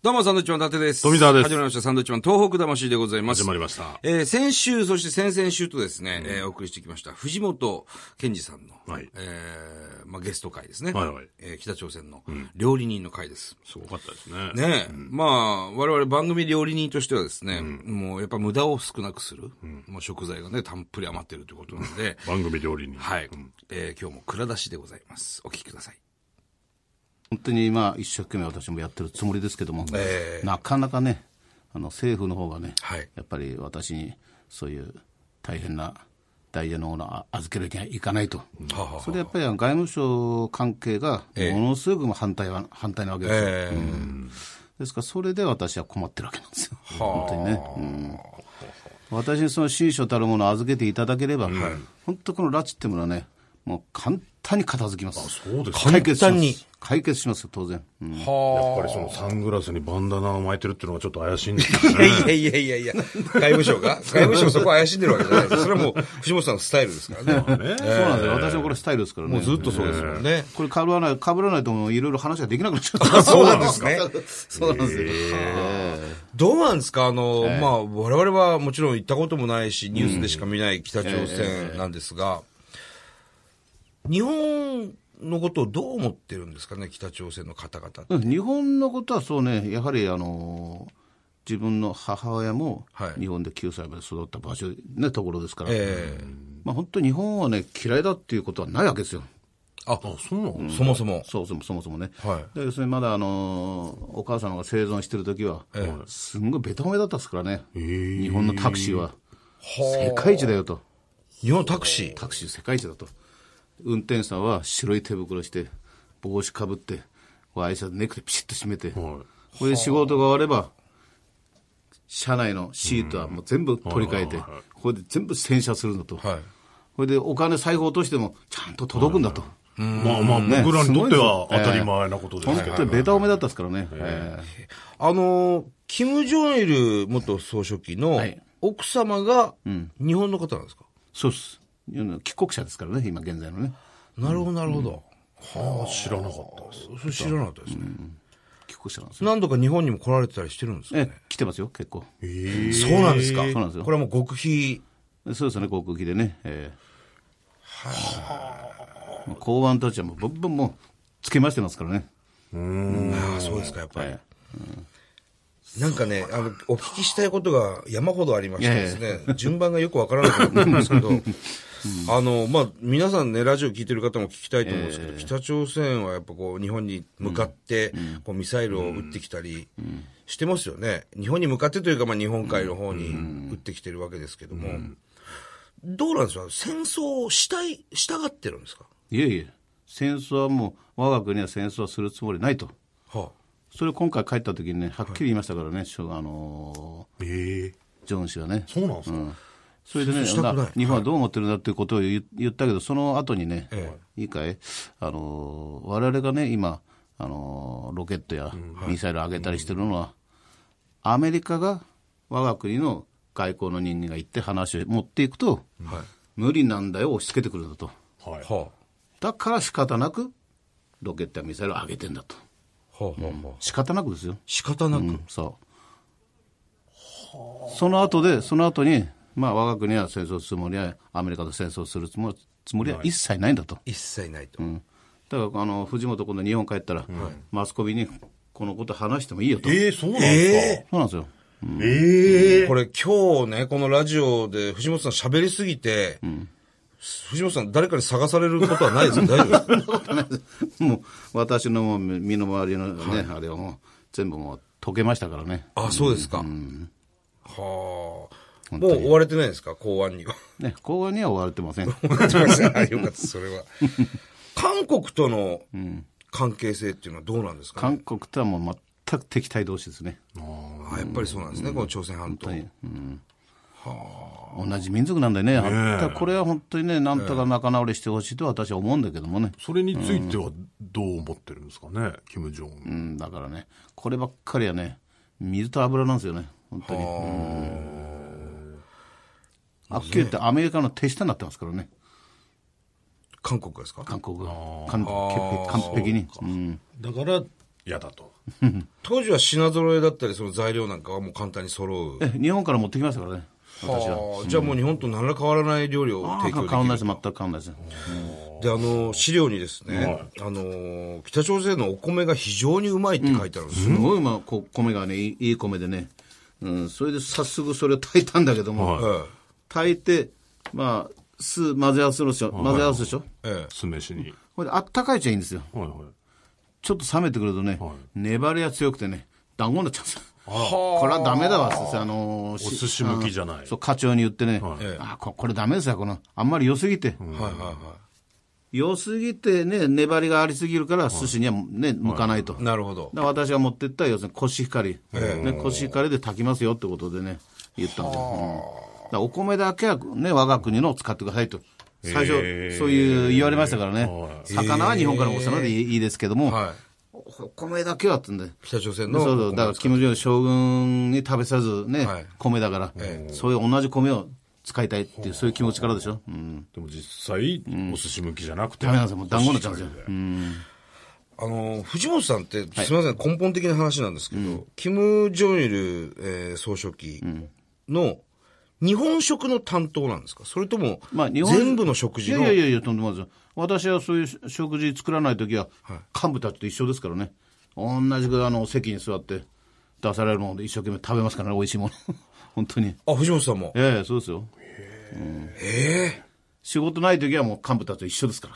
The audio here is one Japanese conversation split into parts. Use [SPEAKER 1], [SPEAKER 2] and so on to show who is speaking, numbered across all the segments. [SPEAKER 1] どうも、サンドウィッチマン伊達です。
[SPEAKER 2] 富澤です
[SPEAKER 1] 始まりました、サンドウィッチマン東北魂でございます。
[SPEAKER 2] 始まりました
[SPEAKER 1] えー先週、そして先々週とですね、えーお送りしてきました、藤本健二さんの、
[SPEAKER 2] はい
[SPEAKER 1] えーまあ、ゲスト会ですね。
[SPEAKER 2] はいはい
[SPEAKER 1] えー北朝鮮の料理人の会です。
[SPEAKER 2] すごかったですね。
[SPEAKER 1] ねえ、まあ、我々番組料理人としてはですね、もうやっぱ無駄を少なくする、もう食材がね、たっぷり余ってるということなので、
[SPEAKER 2] 番組料理に。
[SPEAKER 1] はい、えー今日も蔵出しでございます。お聞きください。
[SPEAKER 3] 本当にまあ一生懸命私もやってるつもりですけども、
[SPEAKER 1] え
[SPEAKER 3] なかなかね、あの政府の方がね、
[SPEAKER 1] はい
[SPEAKER 3] やっぱり私にそういう大変な大事なものを預けるわけにはいかないと、
[SPEAKER 1] はあはあ
[SPEAKER 3] それでやっぱりあの外務省関係が
[SPEAKER 1] ええ
[SPEAKER 3] ものすごく反対は、反対なわけですよ、
[SPEAKER 1] えー
[SPEAKER 3] ですからそれで私は困ってるわけなんですよ、
[SPEAKER 1] はあ
[SPEAKER 3] 本当にね。うん、私にその親書たるものを預けていただければ、本当この拉致ってものはね、もう簡単に片付きます。
[SPEAKER 2] そうですね。
[SPEAKER 3] 解決し
[SPEAKER 1] 簡単
[SPEAKER 3] ま
[SPEAKER 1] に
[SPEAKER 3] す。解決しますよ、当然。うん
[SPEAKER 2] やっぱりそのサングラスにバンダナを巻いてるっていうのがちょっと怪しいんですよ
[SPEAKER 1] いや
[SPEAKER 2] ね。
[SPEAKER 1] いやいやいやいや、外務省が外務省そこ怪しんでるわけじゃないです。それはもう、藤本さんのスタイルですからね。
[SPEAKER 2] ね
[SPEAKER 3] そうなんですよ。私もこれスタイルですからね。
[SPEAKER 1] ずっとそうですもんね。
[SPEAKER 3] これ被らない、被らないともういろいろ話ができなくなっちゃっ た。
[SPEAKER 1] そうなんですね。
[SPEAKER 3] そうなんですよ。
[SPEAKER 1] どうなんですかあの、まあ、我々はもちろん行ったこともないし、ニュースでしか見ない北朝鮮なんですが、日本のことをどう思ってるんですかね、北朝鮮の方々って。
[SPEAKER 3] うん日本のことはそうね、やはりあの自分の母親も
[SPEAKER 1] はい
[SPEAKER 3] 日本で9歳まで育った場所、ね、ところですから、
[SPEAKER 1] ええ
[SPEAKER 3] まあ、本当に日本はね、嫌いだっていうことはないわけですよ。
[SPEAKER 1] あ、
[SPEAKER 2] そうなの
[SPEAKER 1] そもそも。
[SPEAKER 3] そうそうそもそもね。
[SPEAKER 1] は
[SPEAKER 3] でですね、まだあのお母様が生存してる時は、すんごいベタ褒めだったですからね、日本のタクシーは、世界一だよと。
[SPEAKER 1] 日本のタクシー。
[SPEAKER 3] タクシー世界一だと運転手さんは白い手袋して帽子かぶってワイシャツネクタイピシッと締め
[SPEAKER 2] は
[SPEAKER 3] て、
[SPEAKER 2] い
[SPEAKER 3] これで仕事が終われば車内のシートはもう全部取り替えて、これで全部洗車するんだと、
[SPEAKER 1] はい。
[SPEAKER 3] これでお金財布落としてもちゃんと届くんだと、
[SPEAKER 2] まあまあ、
[SPEAKER 3] ね
[SPEAKER 2] 僕らにとっては
[SPEAKER 3] すごいですよ
[SPEAKER 2] 当たり前なことですけ
[SPEAKER 3] 本
[SPEAKER 2] ど
[SPEAKER 3] 当にベタ褒めだったですからね、え
[SPEAKER 1] あの、キム・ジョンイル元総書記の
[SPEAKER 3] はい
[SPEAKER 1] 奥様が日本の方なんですか、
[SPEAKER 3] えそうっす帰国者ですからね今現在のね
[SPEAKER 1] なるほど、なるほど。
[SPEAKER 2] ああ知らなかったです。
[SPEAKER 1] それ知らなかったですね。
[SPEAKER 3] 帰国者なんですよ、
[SPEAKER 1] 何度か日本にも来られてたりしてるんですか
[SPEAKER 3] え
[SPEAKER 1] ね
[SPEAKER 3] え。来てますよ結構
[SPEAKER 2] え
[SPEAKER 1] そうなんですか。
[SPEAKER 3] そうなんですよ
[SPEAKER 1] これはもう極秘。
[SPEAKER 3] そうですね、航空機でね。ええまあ公安たちはもう、ぶんぶんもう、つけましてますからね。
[SPEAKER 1] ああ、そうですか、やっぱり
[SPEAKER 3] え。
[SPEAKER 1] なんかね、あの、お聞きしたいことが山ほどありましてです
[SPEAKER 3] い
[SPEAKER 1] ね、順番がよくわからなくなってるんですけ ど、あの、まあ、皆さんね、ラジオ聞いてる方も聞きたいと思うんですけど、北朝鮮はやっぱこう、日本に向かって、こう、ミサイルを撃ってきたりしてますよね。日本に向かってというか、まあ、日本海の方に撃ってきてるわけですけども、どうなんですか戦争をしたい、したがってるんですか
[SPEAKER 3] えいえいえ、戦争はもう、我が国は戦争はするつもりないと。
[SPEAKER 1] は
[SPEAKER 3] それを今回帰った時にね、はっきり言いましたからね、しょあの
[SPEAKER 2] ええ
[SPEAKER 3] ージョン氏はね。
[SPEAKER 2] そうなんですか
[SPEAKER 3] それでね、
[SPEAKER 1] したくない
[SPEAKER 3] な日本はどう思ってるんだっていうことを言う言ったけど、その後にね、
[SPEAKER 1] え
[SPEAKER 3] いいかい、あのー我々がね、今、あのーロケットやミサイルを上げたりしてるのは、アメリカが我が国の外交の人間が行って話を持っていくと、無理難題を押し付けてくるんだと。
[SPEAKER 2] はい。
[SPEAKER 1] あ、は
[SPEAKER 3] だから仕方なく、ロケットやミサイルを上げてんだと。
[SPEAKER 1] あ、はあ、はあ。
[SPEAKER 3] 仕方なくですよ。
[SPEAKER 1] 仕方なく。
[SPEAKER 3] うん、そう。その後で、その後に、まあ、我が国は戦争するつもりは、アメリカと戦争するつもりつもりは一切ないんだと。
[SPEAKER 1] 一切ないと。
[SPEAKER 3] だから、あの、藤本、今度日本帰ったら、マスコミにこのこと話してもいいよと。
[SPEAKER 2] ええそうなんですか
[SPEAKER 3] そうなんですよ。
[SPEAKER 2] ええ
[SPEAKER 1] これ今日ね、このラジオで藤本さん喋りすぎて、藤本さん誰かに探されることはないですか大丈夫ですか
[SPEAKER 3] もう、私のもう身の回りのね、あれはもう、全部もう解けましたからね。
[SPEAKER 1] あ、そうですか。はあ。もう追われてないですか公安には。
[SPEAKER 3] ね、公安には追われてません。
[SPEAKER 1] 追われてませんあよかった、それは。韓国との関係性っていうのはどうなんですか、ね
[SPEAKER 3] 韓国とはもう全く敵対同士ですね。
[SPEAKER 1] あやっぱりそうなんですね、この朝鮮半島。
[SPEAKER 3] 同じ民族なんでね、あんたこれは本当にね、なんとか仲直りしてほしいと私は思うんだけどもね、
[SPEAKER 2] それについてはどう思ってるんですかね、キム・ジョンウン
[SPEAKER 3] う。ん、だからね、こればっかりはね、水と油なんですよね、本当に。あっきり言って、アメリカの手下になってますからね、
[SPEAKER 1] 韓国ですか
[SPEAKER 3] 韓国が、完璧完璧に、うん
[SPEAKER 2] だから、嫌だと。
[SPEAKER 1] 当時は品揃えだったり、その材料なんかはもう簡単に揃う。
[SPEAKER 3] え日本から持ってきましたからね私は
[SPEAKER 1] はあじゃあもう日本と何ら変わらない料理を
[SPEAKER 3] あ
[SPEAKER 1] 提
[SPEAKER 3] ー
[SPEAKER 1] 供で
[SPEAKER 3] か
[SPEAKER 1] き
[SPEAKER 3] 変わんない
[SPEAKER 1] る
[SPEAKER 3] です全く変わんないです
[SPEAKER 1] であの資料にですね、あの北朝鮮のお米が非常にうまいって書いてあるんですよ、
[SPEAKER 3] すごい、まあ、こ米がねいいいい米でね、うん、それで早速それを炊いたんだけども、
[SPEAKER 1] え
[SPEAKER 3] 炊いてまあ酢混ぜ合わせるでしょ混ぜ合わせるでしょ
[SPEAKER 1] えええ
[SPEAKER 2] 酢飯に。
[SPEAKER 3] これであったかいじゃいいんですよ
[SPEAKER 2] はいはい。
[SPEAKER 3] ちょっと冷めてくるとね、粘りが強くてね団子になっちゃうんですよ
[SPEAKER 2] あ
[SPEAKER 3] これはダメだわってあのお
[SPEAKER 2] お寿司向きじゃない
[SPEAKER 3] そう課長に言ってね、
[SPEAKER 1] ええ
[SPEAKER 3] あここれダメですよこのあんまり良すぎて、
[SPEAKER 1] はいはいは
[SPEAKER 3] 良すぎてね粘りがありすぎるから寿司にはね向かないと、
[SPEAKER 1] いなるほど
[SPEAKER 3] だから私が持ってった要するにコシヒカリ、ね、コシヒカリで炊きますよってことでね言ったんで、うんだからお米だけはね我が国のを使ってくださいと最初、
[SPEAKER 2] へー
[SPEAKER 3] そういう言われましたからね、
[SPEAKER 2] は
[SPEAKER 3] 魚は日本から持ってたのでいいいいですけども、
[SPEAKER 1] はい
[SPEAKER 3] お米だけはってんで
[SPEAKER 1] 北朝鮮
[SPEAKER 3] そ
[SPEAKER 1] の
[SPEAKER 3] うそうだから金正恩将軍に食べさずね、
[SPEAKER 1] はい
[SPEAKER 3] 米だから、そういう同じ米を使いたいっていうそういう気持ちからでしょ、うん、
[SPEAKER 2] でも実際、お寿司向きじゃなくて。
[SPEAKER 3] ダメなんですよもう団子になっちゃうんですよ、うん
[SPEAKER 1] あの藤本さんって、すみません根本的な話なんですけど、キム・ジョンイル、えー総書記の日本食の担当なんですかそれとも
[SPEAKER 3] まあ日本
[SPEAKER 1] 全部の食事の、
[SPEAKER 3] いやいやいやいや、とんでもないですよ。私はそういう食事作らないときは、幹部たちと一緒ですからね。同じくあの席に座って出されるもので一生懸命食べますからね、美味しいもの。 本当に。
[SPEAKER 1] あ藤本さんも
[SPEAKER 3] ええそうですよ。ええ仕事ないときはもう幹部たちと一緒ですから。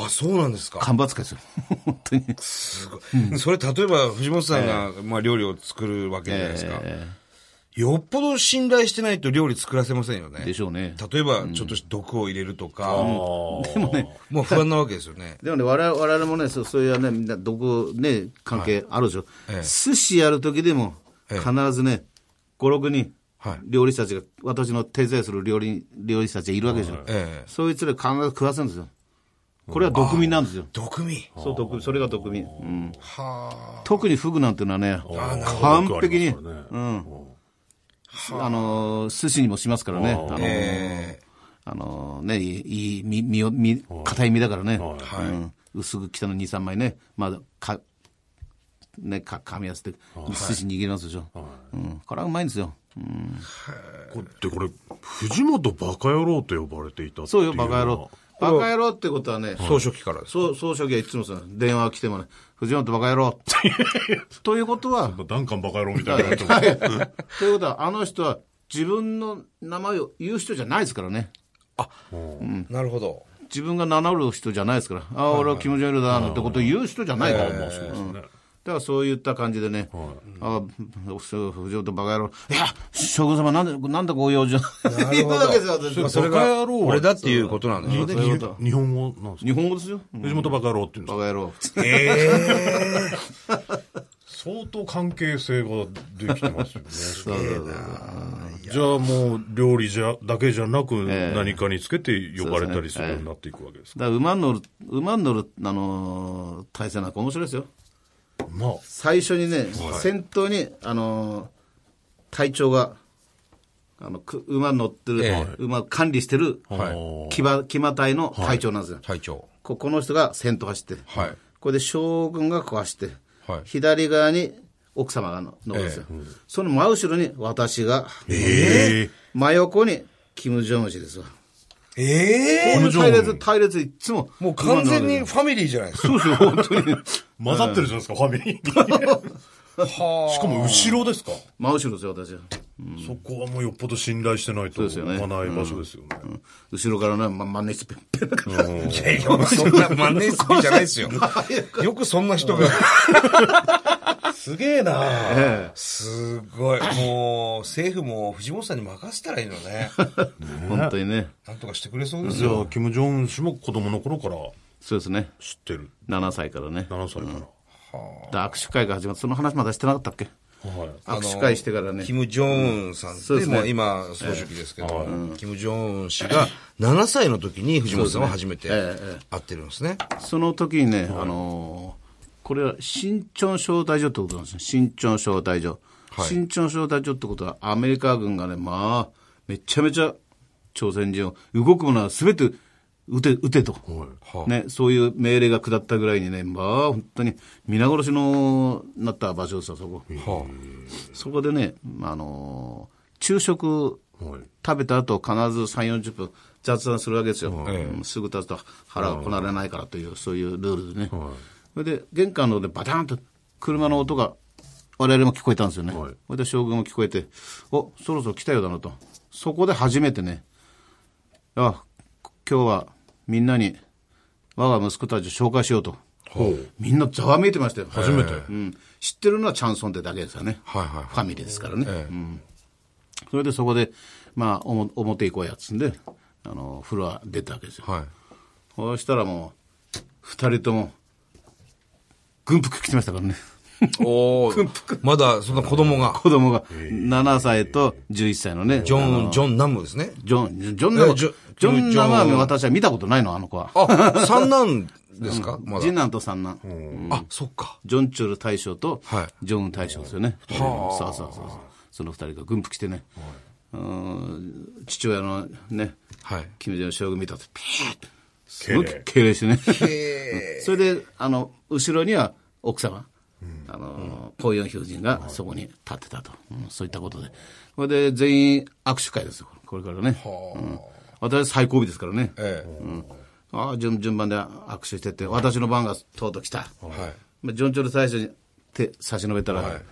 [SPEAKER 1] あそうなんですか
[SPEAKER 3] 幹部扱いですよ。 本当に。
[SPEAKER 1] それ例えば藤本さんが、まあ、料理を作るわけじゃないですか、よっぽど信頼してないと料理作らせませんよね
[SPEAKER 3] でしょうね。
[SPEAKER 1] 例えばちょっと毒を入れるとか、
[SPEAKER 3] でもね、
[SPEAKER 1] もう不安なわけですよね
[SPEAKER 3] でもね、我々我々もね、そうそういうね、みんな毒、ね、関係あるでしょ。
[SPEAKER 1] ええ
[SPEAKER 3] 寿司やるときでも、
[SPEAKER 1] ええ
[SPEAKER 3] 必ずね、5、6人
[SPEAKER 1] はい、
[SPEAKER 3] 料理師たちが、私の手伝いする料理料理師たちがいるわけでしょ。
[SPEAKER 1] ええ
[SPEAKER 3] そいつら必ず食わせるんですよ。これは毒味なんですよ。
[SPEAKER 1] 毒味
[SPEAKER 3] そう、毒味。それが毒味。うん、
[SPEAKER 1] は
[SPEAKER 3] 特にフグなんていうのはね、
[SPEAKER 2] あ
[SPEAKER 3] 完
[SPEAKER 2] ー
[SPEAKER 3] 璧に、
[SPEAKER 2] よくありますからね
[SPEAKER 3] あのー、寿司にもしますからね。あのー
[SPEAKER 1] あえ
[SPEAKER 3] あのね、いいいい身身を、身、硬い身だからね、
[SPEAKER 2] は
[SPEAKER 3] うん、薄く切ったの2、3枚ね、まだか、ね、か、噛み合わせて、寿司握りますでしょ。うん、これはうまいんですよ。うん、
[SPEAKER 2] こで、これ、藤本バカ野郎と呼ばれていたってい
[SPEAKER 3] そう
[SPEAKER 2] う
[SPEAKER 3] よ、
[SPEAKER 2] のは
[SPEAKER 3] バカ野郎。バカ野郎ってことはね、
[SPEAKER 1] え総書記からです
[SPEAKER 3] そう総書記はいつもさ、電話来てもね、藤本バカ野郎。ということは、
[SPEAKER 2] ダンカンバカ野郎みたいなやつも。
[SPEAKER 3] ということは、あの人は自分の名前を言う人じゃないですからね。
[SPEAKER 1] なるほど
[SPEAKER 3] 自分が名乗る人じゃないですから、ああ、俺はキム・ジョンイルだなんてことを言う人じゃないから、
[SPEAKER 2] そうですね。
[SPEAKER 3] だからそういった感じでね、ああ、そう藤本バカ野郎、いや、将軍様、なんで、なんでご用事を言うわけですよ、私
[SPEAKER 1] まあ
[SPEAKER 3] は。
[SPEAKER 1] それ
[SPEAKER 2] バカ
[SPEAKER 1] が
[SPEAKER 2] 野郎は
[SPEAKER 1] 俺だっていうことなんでしょうね
[SPEAKER 3] そういうこと
[SPEAKER 2] 日本語なんですか
[SPEAKER 3] 日本語ですよ。うん
[SPEAKER 2] 藤本バカ野郎っていうんです
[SPEAKER 3] バ
[SPEAKER 2] か
[SPEAKER 3] カ野郎。
[SPEAKER 2] 相当関係性ができてますよね。 じゃあもう料理じゃだけじゃなく何かにつけて呼ばれたりするようになっていくわけですか。
[SPEAKER 3] だから馬に乗る、馬に乗る、あのー、体制なんか面白いですよ。
[SPEAKER 2] まあ、
[SPEAKER 3] 最初にね、先頭に、あのー隊長が、あの、く馬に乗ってる、
[SPEAKER 1] え
[SPEAKER 3] 馬を管理してる、
[SPEAKER 1] はい
[SPEAKER 3] 騎馬、騎馬隊の隊長なんですよ。
[SPEAKER 1] 隊長
[SPEAKER 3] ここの人が先頭走って、
[SPEAKER 1] はい
[SPEAKER 3] これで将軍がこう走って、
[SPEAKER 1] はい
[SPEAKER 3] 左側に奥様がの乗るんですよ、その真後ろに私が、
[SPEAKER 2] ええ
[SPEAKER 3] 真横に金正恩氏ですわ。
[SPEAKER 1] ええ
[SPEAKER 3] この
[SPEAKER 2] 金
[SPEAKER 3] 隊
[SPEAKER 2] 正
[SPEAKER 3] 列、隊列いつも。
[SPEAKER 1] もう完全にファミリーじゃないです か
[SPEAKER 3] そうそう、本当に。
[SPEAKER 2] 混ざってるじゃないですか、ファミリーに。しかも後ろですか。
[SPEAKER 3] 真後ろですよ、私は。
[SPEAKER 2] そこはもうよっぽど信頼してないと
[SPEAKER 3] うですよね
[SPEAKER 2] 置かない場所ですよね。
[SPEAKER 3] 後ろからね、ま、真似してペンペンだから。
[SPEAKER 1] いやいやそんなマネースピじゃないです よよくそんな人がすげえな
[SPEAKER 3] え
[SPEAKER 1] すごい。もう、政府も藤本さんに任せたらいいのね。
[SPEAKER 3] え本当にね。
[SPEAKER 1] なんとかしてくれそうです
[SPEAKER 2] じ
[SPEAKER 1] よ。
[SPEAKER 2] ゃあ、キム・ジョンウン氏も子供の頃から
[SPEAKER 3] そうですね。
[SPEAKER 2] 知ってる。
[SPEAKER 3] 7歳からね。
[SPEAKER 2] 7歳か
[SPEAKER 3] だ握手会が始まって、その話まだしてなかったっけ
[SPEAKER 2] ら。はい。
[SPEAKER 1] あの
[SPEAKER 3] 握手会してからね
[SPEAKER 1] キ。ム・ジョンウンさんって、
[SPEAKER 3] そうですね
[SPEAKER 1] もう今、総書記ですけど、キム・ジョンウン氏が7歳の時に藤本さんは初めて
[SPEAKER 3] そうですねえ
[SPEAKER 1] 会ってるんですね。
[SPEAKER 3] その時にね、あのーこれは新潮招待所ってことなんですね。新潮招待所。新潮招待所ってことは、アメリカ軍がね、まあ、めちゃめちゃ朝鮮人を、動くものは全て撃て、撃てと。
[SPEAKER 1] はあ
[SPEAKER 3] ね、そういう命令が下ったぐらいにね、まあ、本当に皆殺しのなった場所ですよ、そこ。
[SPEAKER 1] は
[SPEAKER 3] そこでね、まああのー昼食
[SPEAKER 2] はい
[SPEAKER 3] 食べた後、必ず3、40分雑談するわけですよ。
[SPEAKER 1] い
[SPEAKER 3] うんすぐ経つと腹がこなれないからという、そういうルールでね。それで、玄関のでバターンと車の音が、我々も聞こえたんですよね。
[SPEAKER 2] はい
[SPEAKER 3] それで将軍も聞こえて、お、そろそろ来たようだなと。そこで初めてね、あ、今日はみんなに我が息子たちを紹介しようと。
[SPEAKER 2] ほう。
[SPEAKER 3] みんなざわめいてましたよ。初
[SPEAKER 2] めて
[SPEAKER 3] うん。知ってるのはチャンソンってだけですよね。
[SPEAKER 1] はいはいはい
[SPEAKER 3] ファミリーですからね。
[SPEAKER 1] ええ
[SPEAKER 3] うん。それでそこで、まあ、おも表行こうやっつんで、あの、フロア出たわけですよ。
[SPEAKER 1] い。はい。
[SPEAKER 3] そしたらもう、二人とも、軍服着てましたからね。
[SPEAKER 1] おお。 まだ、その子供が、
[SPEAKER 3] 子供が7歳と11歳のね。
[SPEAKER 1] ジョン、ジョンナムですね。
[SPEAKER 3] ジョン、ジョンナム、
[SPEAKER 1] えジ
[SPEAKER 3] ジ
[SPEAKER 1] ョ
[SPEAKER 3] ョンナム
[SPEAKER 1] ジョ
[SPEAKER 3] はね
[SPEAKER 1] ン
[SPEAKER 3] 私は見たことないの、あの子は。
[SPEAKER 1] あ、三男ですかまだ
[SPEAKER 3] 次。男と三男。
[SPEAKER 1] あ、そっか。
[SPEAKER 3] ジョンチュル大将と
[SPEAKER 1] はい
[SPEAKER 3] ジョンウン大将ですよね、二人のそうそうそうそう、その二人が軍服着てね、うーん父親のね、
[SPEAKER 1] はい。
[SPEAKER 3] 金正恩将軍見たと、ピーッす
[SPEAKER 2] 礼
[SPEAKER 3] ごく敬礼してね、 それであの後ろには奥様、あの紅葉表人がそこに立ってたと、うんそういったことで、これで全員握手会ですよ、これからね、うん私、最後尾ですからね、
[SPEAKER 1] ええ。
[SPEAKER 3] ああ順順番で握手してって、私の番がとうとう来た。
[SPEAKER 1] はい。
[SPEAKER 3] まあ、ジョン・チョル最初に手差し伸べたら、
[SPEAKER 1] はい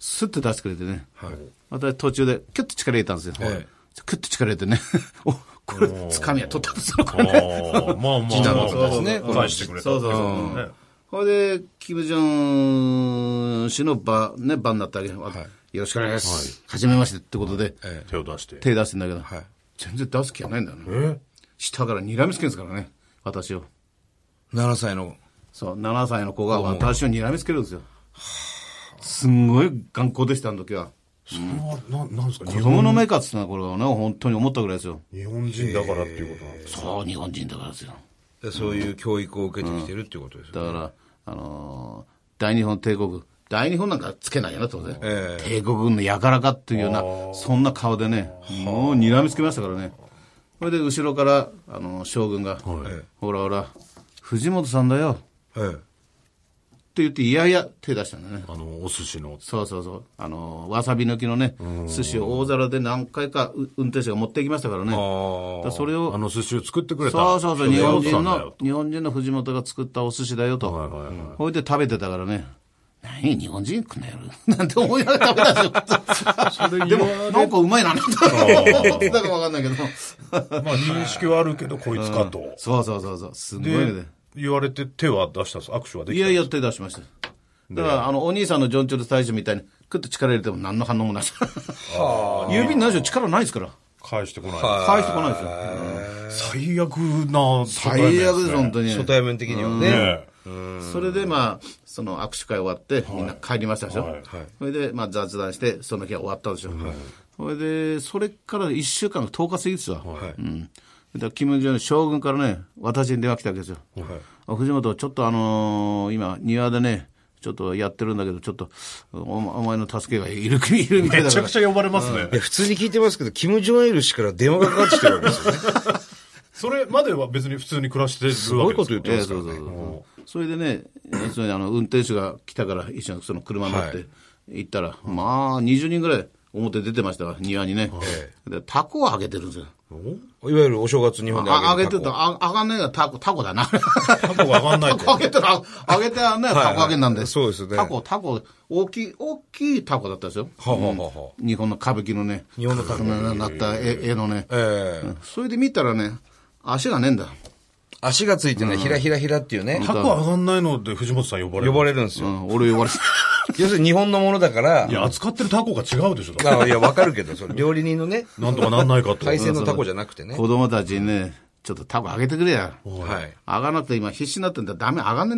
[SPEAKER 3] スッと出してくれてね、
[SPEAKER 1] はい。
[SPEAKER 3] 私途中でキュッと力入れたんですよ。
[SPEAKER 1] はい
[SPEAKER 3] キュッと力入れてね、 お、これ、掴みは取ったんですよ、これね
[SPEAKER 2] ああ、まあまあまあ。
[SPEAKER 1] 次男のことですね
[SPEAKER 2] 返してくれた。
[SPEAKER 3] そうそうそう
[SPEAKER 2] ね
[SPEAKER 3] ほいで、キム・ジョン氏の場、ね、場になったわけ、よろしくお願いします。はじ、めましてってことで、
[SPEAKER 1] え
[SPEAKER 2] 手を出して。
[SPEAKER 3] 手出してんだけど、
[SPEAKER 1] はい
[SPEAKER 3] 全然出す気はないんだよね。
[SPEAKER 2] え
[SPEAKER 3] 下から睨みつけるんですからね、私を。
[SPEAKER 1] え。7歳の。
[SPEAKER 3] そう、7歳の子が私を睨みつけるんですよ。すんごい頑固でした、あの時は。
[SPEAKER 2] それは、な、なんですか
[SPEAKER 3] 子供の目かっつったのはこれはね、本当に思ったぐらいですよ。
[SPEAKER 2] 日本人だからっていうことなんです
[SPEAKER 3] そう、日本人だからですよ。
[SPEAKER 1] でそういう教育を受けてきてるっていうことですよ
[SPEAKER 3] だ
[SPEAKER 1] ね。
[SPEAKER 3] から、あのー大日本帝国、大日本なんかつけないよな、当然。
[SPEAKER 1] ええ
[SPEAKER 3] 帝国軍のやからかっていうような、そんな顔でね、もう睨みつけましたからね。それで後ろから、あのー将軍が、ほらほら、藤本さんだよ。
[SPEAKER 1] え
[SPEAKER 3] って言って、いやいや、手出したんだね。
[SPEAKER 2] あの、お寿司の。
[SPEAKER 3] そうそうそう。あのーわさび抜きのね、寿司を大皿で何回かう運転手が持ってきましたから
[SPEAKER 1] え。
[SPEAKER 3] ね。だ
[SPEAKER 1] あ
[SPEAKER 3] からそれを、
[SPEAKER 2] あの寿司を作ってくれた。
[SPEAKER 3] そうそうそう、日本人
[SPEAKER 2] なんだよ
[SPEAKER 3] の、日本人の藤本が作ったお寿司だよと。
[SPEAKER 2] はいはいはい。
[SPEAKER 3] ほいで食べてたからね。何日本人来んなやろ なんて思いながら食べ たんですよ。でも、なんかうまいな、なんて。だかわかんないけど。
[SPEAKER 2] まあ認識はあるけど、こいつかと。
[SPEAKER 3] そうそうそうそう。すごい
[SPEAKER 2] で
[SPEAKER 3] ね。、
[SPEAKER 2] 言われて手は出したんです。握手はで
[SPEAKER 3] い
[SPEAKER 2] きた。
[SPEAKER 3] やいや、手出しました。だから、あの、お兄さんのジョン・チョル大将みたいに、クッと力入れても何の反応もない。指にないでしょ力ないですから。
[SPEAKER 2] 返してこない。
[SPEAKER 3] 返してこないですよ。
[SPEAKER 2] 最悪な
[SPEAKER 3] 最悪です、本当に。
[SPEAKER 1] あ。初対面的には
[SPEAKER 2] ね
[SPEAKER 1] ね。
[SPEAKER 2] え
[SPEAKER 3] それでまあその握手会終わってみんな帰りましたでしょ、
[SPEAKER 2] はいはい
[SPEAKER 3] それでまあ雑談してその日は終わったんですよ、それでそれから1週間10日過ぎですわ、
[SPEAKER 1] はい
[SPEAKER 3] うん、でキム・ジョン将軍からね私に電話来たわけですよ、あ藤本ちょっとあのー今庭でねちょっとやってるんだけどちょっとおお前の助けがいるいるみたい
[SPEAKER 2] め
[SPEAKER 3] だ
[SPEAKER 2] ち
[SPEAKER 3] か
[SPEAKER 2] ゃ
[SPEAKER 3] ら
[SPEAKER 2] くちゃ呼ばれますね
[SPEAKER 1] い。や、普通に聞いてますけど、キム・ジョンイル氏から電話がかかってきてるわけです よね。
[SPEAKER 2] それまでは別に普通に暮らしてるわけです
[SPEAKER 1] すごいこと言っ
[SPEAKER 2] って
[SPEAKER 3] え
[SPEAKER 1] ま
[SPEAKER 3] え
[SPEAKER 1] すか
[SPEAKER 3] そ
[SPEAKER 1] ら
[SPEAKER 3] うそうそ
[SPEAKER 1] ね。
[SPEAKER 3] うそうそれでね、要するにあの運転手が来たから、一緒にその車に乗っ
[SPEAKER 1] は
[SPEAKER 3] て行ったら、まあ、20人ぐらい表出てましたわ、庭にね、でタコをあげてるんですよ、
[SPEAKER 1] いわゆるお正月日本で
[SPEAKER 3] ああ
[SPEAKER 1] あ
[SPEAKER 3] げ
[SPEAKER 1] げ
[SPEAKER 3] て
[SPEAKER 1] る
[SPEAKER 3] た、
[SPEAKER 1] タコ。
[SPEAKER 3] ああがんないがタコタコだな、
[SPEAKER 2] て過去が上がんない
[SPEAKER 3] タ
[SPEAKER 2] と。
[SPEAKER 3] コあげたら、あげてあんないタコあげなん
[SPEAKER 1] はいは
[SPEAKER 3] で、
[SPEAKER 1] いそうですね
[SPEAKER 3] タコ、タコ、大きい、大きいタコだったですよ、
[SPEAKER 1] はあはあはあはあ
[SPEAKER 3] 日本の歌舞伎のね、
[SPEAKER 1] 日本のタコ
[SPEAKER 3] ななった絵絵のね、
[SPEAKER 1] ええ。
[SPEAKER 3] それで見たらね、足がねえんだ。
[SPEAKER 1] 足がついてない、ひらひらひらっていうね、
[SPEAKER 2] 過去上がんないので藤本さん呼ばれ
[SPEAKER 1] 呼
[SPEAKER 2] る。
[SPEAKER 1] ばれるんです
[SPEAKER 3] う
[SPEAKER 1] よ。
[SPEAKER 3] ん、俺呼ばれて
[SPEAKER 1] 要するに日本のものだから
[SPEAKER 2] い、や、扱ってるタコが違うでしょ。だって
[SPEAKER 1] あいや、わかるけど、それ料理人のね、
[SPEAKER 2] なんとかなんないかと。
[SPEAKER 1] 海鮮のタコじゃなくてね。
[SPEAKER 3] 子供たちにね、ちょっとタコあげてくれや。
[SPEAKER 1] はい。
[SPEAKER 3] 上がらなくて今必死になってんだダメ上がんねえ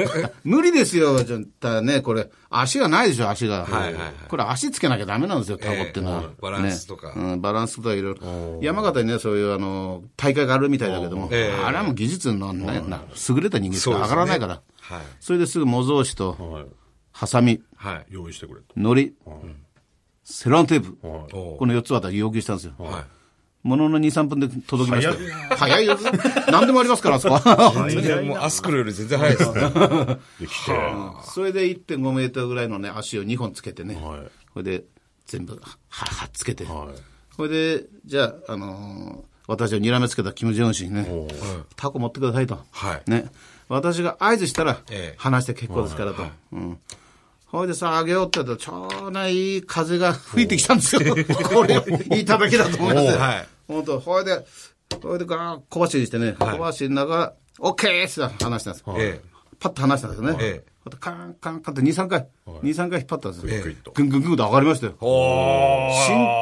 [SPEAKER 3] んだよ 無理ですよじゃただねこれ足がないでしょ足が、
[SPEAKER 1] はいはいはい
[SPEAKER 3] これ足つけなきゃダメなんですよタコってのは、
[SPEAKER 1] ええバランスとか
[SPEAKER 3] ねうん、バランスとかいろいろ山形にねそういうあの大会があるみたいだけども、
[SPEAKER 1] ええ
[SPEAKER 3] あれはもう技術の、ねな優れた人間しか上がらないからそ,、
[SPEAKER 1] はい。
[SPEAKER 3] れですぐ模造紙と
[SPEAKER 2] はい。
[SPEAKER 3] ハサミ
[SPEAKER 1] はい。
[SPEAKER 2] 用意してくれ
[SPEAKER 3] 糊、セロンテープ、
[SPEAKER 2] と。はい。
[SPEAKER 1] おう
[SPEAKER 3] この4つは私要求したんですよ、
[SPEAKER 1] はい。
[SPEAKER 3] ものの2、3分で届きましたよ。早いよ。何でもありますから、あそこは。
[SPEAKER 1] 全然もうアスクルより全然早いですね。
[SPEAKER 2] できて。
[SPEAKER 3] それで1.5メートルぐらいのね、足を2本つけてね。
[SPEAKER 2] はい
[SPEAKER 3] これで、全部、は、は、つけて。
[SPEAKER 2] はい。
[SPEAKER 3] これで、じゃあ、あのー私を睨めつけたキム・ジョンウン氏にね、タコ持ってくださいと。
[SPEAKER 1] はい
[SPEAKER 3] ね。私が合図したら
[SPEAKER 1] ええ、
[SPEAKER 3] 話して結構ですからと。うん。ほいでさ、あげようって言ったら、ちょうないい風が吹いてきたんですよ。これ、いい叩きだと思いますよ。
[SPEAKER 1] おはい
[SPEAKER 3] ほんと、ほいで、ほいでガーッ小走りしてね、小走りながら、オッケーって話したんです。
[SPEAKER 1] ええ
[SPEAKER 3] パッと離したんですよね。
[SPEAKER 1] ええ
[SPEAKER 3] ほんとカーンカーンカーンって2、3回、2、3回引っ張ったんですよ。
[SPEAKER 2] ええ
[SPEAKER 3] ぐんぐんぐんと上がりましたよ。
[SPEAKER 1] おー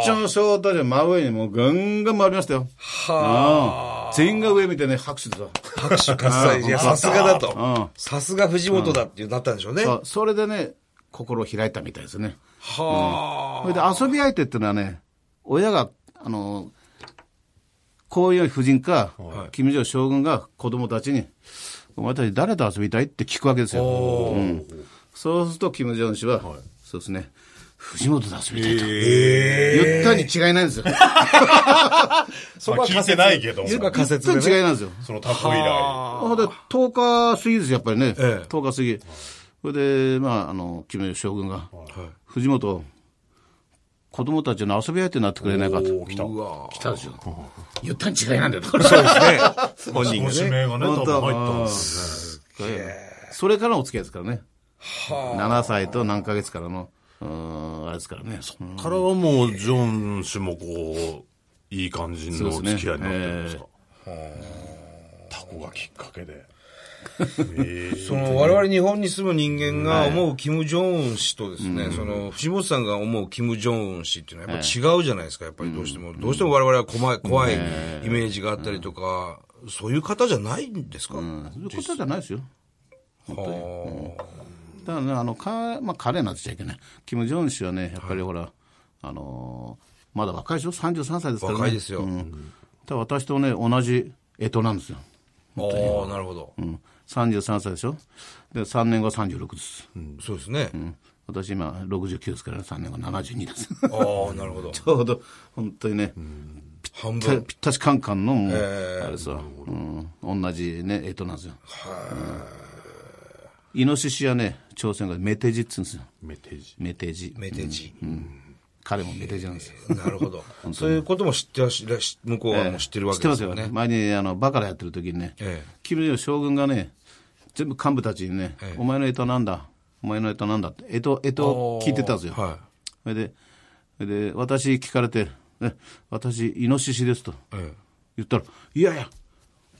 [SPEAKER 3] 身長小太りの真上にもうガンガン回りましたよ。はあ。全員が上見てね、拍手でさ。
[SPEAKER 1] 拍手喝采。いや、さすがだ
[SPEAKER 3] うん
[SPEAKER 1] と。さすが藤本だっていうなったんでしょうね。
[SPEAKER 3] そ
[SPEAKER 1] は
[SPEAKER 3] うそれでね、心を開いたみたいですね。そ
[SPEAKER 1] あ。
[SPEAKER 3] れで遊び相手っていうのはね、親が、あの、こういう夫人か、金正恩将軍が子供たちに、お前たち誰と遊びたいって聞くわけですよ。うんそうすると金正恩氏は、そうですね、藤本と遊びたいと。言ったに違いないんですよ。
[SPEAKER 2] そこは聞いてないけども、
[SPEAKER 1] そこは仮説
[SPEAKER 3] 言
[SPEAKER 1] で
[SPEAKER 3] ったに
[SPEAKER 1] ね。
[SPEAKER 3] 違いなんですよ。
[SPEAKER 2] そのタコ以来。
[SPEAKER 3] あで10日過ぎですよ、やっぱりね、
[SPEAKER 1] ええ
[SPEAKER 3] 10日過ぎ、それで、まあ、あのキム・将軍が、藤本、子供たちの遊び相手になってくれないかと、
[SPEAKER 2] おー来た。
[SPEAKER 1] うわ
[SPEAKER 3] 来たでしょ、言ったに違いなんだよ、
[SPEAKER 1] そう ですね。本人
[SPEAKER 2] ご
[SPEAKER 1] が
[SPEAKER 2] 指
[SPEAKER 1] ね。
[SPEAKER 2] 名がね、多
[SPEAKER 3] 本当
[SPEAKER 2] 分入ったんです
[SPEAKER 3] それからのお付き合いですからね、7歳と何ヶ月からの、うーん、あれですからね、
[SPEAKER 2] ね。からはもう、ジョン氏もこう、いい感じのお付き合いになってるんですか。タコがきっかけで。
[SPEAKER 1] その我々日本に住む人間が思うキム・ジョンウン氏とですね、その藤本さんが思うキム・ジョンウン氏っていうのはやっぱ違うじゃないですか、やっぱりどうしても。どうしても我々は怖い怖いイメージがあったりとか、そういう方じゃないんですか、
[SPEAKER 3] そういうことじゃないですよ。
[SPEAKER 1] はあ
[SPEAKER 3] だからね、あのかまあ、彼なんて言っちゃいけない、キム・ジョンウン氏はね、やっぱりほら、あのーまだ若いでしょ、33歳ですからね、
[SPEAKER 1] 若いですよ
[SPEAKER 3] うん、ただ私とね、同じ干支なんですよ、
[SPEAKER 1] ああ、なるほど
[SPEAKER 3] う。ん、33歳でしょ、で3年後36です、
[SPEAKER 1] そうですね。
[SPEAKER 3] うん私、今、69ですから、3年後72です、ち
[SPEAKER 1] ああ、なるほど。
[SPEAKER 3] ょうど本当にね、
[SPEAKER 1] 半
[SPEAKER 3] た
[SPEAKER 1] 分。
[SPEAKER 3] ぴったしカンカンの、もう
[SPEAKER 1] え
[SPEAKER 3] あれさ、うん、同じね、干支なんですよ。うんイノシシはね、朝鮮がメテジって言うんですよ、
[SPEAKER 2] メテジ。
[SPEAKER 3] メテジ、
[SPEAKER 1] メテジ。
[SPEAKER 3] 彼もメテジなんですよ。
[SPEAKER 1] なるほど。そういうことも知ってらしらし、向こうはもう知ってるわ
[SPEAKER 3] 知っ
[SPEAKER 1] け
[SPEAKER 3] て
[SPEAKER 1] で
[SPEAKER 3] ますす
[SPEAKER 1] よ
[SPEAKER 3] よ
[SPEAKER 1] ね。
[SPEAKER 3] 前にあのバカラやってる時にね、
[SPEAKER 1] ええ
[SPEAKER 3] キム・ジョンウン将軍がね、全部幹部たちにね、
[SPEAKER 1] ええ
[SPEAKER 3] お前の干支なんだ、お前の干支なんだって、干支、干支を聞いてたんですよ。
[SPEAKER 1] は
[SPEAKER 3] それで、それで私聞かれて、え私、イノシシですと
[SPEAKER 1] い。え
[SPEAKER 3] 言ったら、いやいや、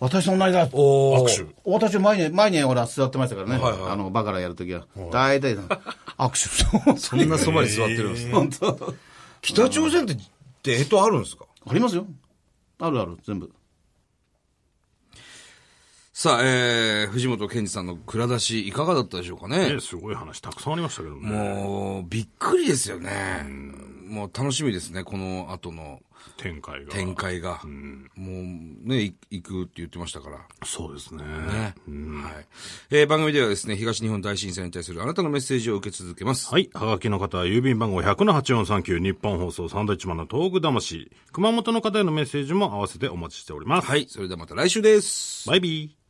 [SPEAKER 3] 私と同じだ
[SPEAKER 1] え、おお。
[SPEAKER 2] 握手。
[SPEAKER 3] 私前に、前にほら座ってましたからね、
[SPEAKER 1] はいはい
[SPEAKER 3] あのバカラやる時は、大体、握手そ う、
[SPEAKER 1] そんなそばに座ってるんですね。
[SPEAKER 3] 本当
[SPEAKER 1] 北朝鮮って、って、えとあるんですか
[SPEAKER 3] ありますよ。あるある、全部。
[SPEAKER 4] さあ、えー、藤本健二さんの蔵出し、いかがだったでしょうかね
[SPEAKER 2] ね、。すごい話たくさんありましたけどね。
[SPEAKER 4] もう、びっくりですよね。もう楽しみですね、この後の
[SPEAKER 2] 展開が。
[SPEAKER 4] 展。開が。もうね、い行くって言ってましたから。
[SPEAKER 2] そうですね。
[SPEAKER 4] ね。はい。えー番組ではですね、東日本大震災に対するあなたのメッセージを受け続けます。
[SPEAKER 2] はい。はがきの方は郵便番号100-8439日本放送サンドイッチマンの東北魂。熊本の方へのメッセージも合わせてお待ちしております。
[SPEAKER 4] はい。それではまた来週です。
[SPEAKER 2] バイビー。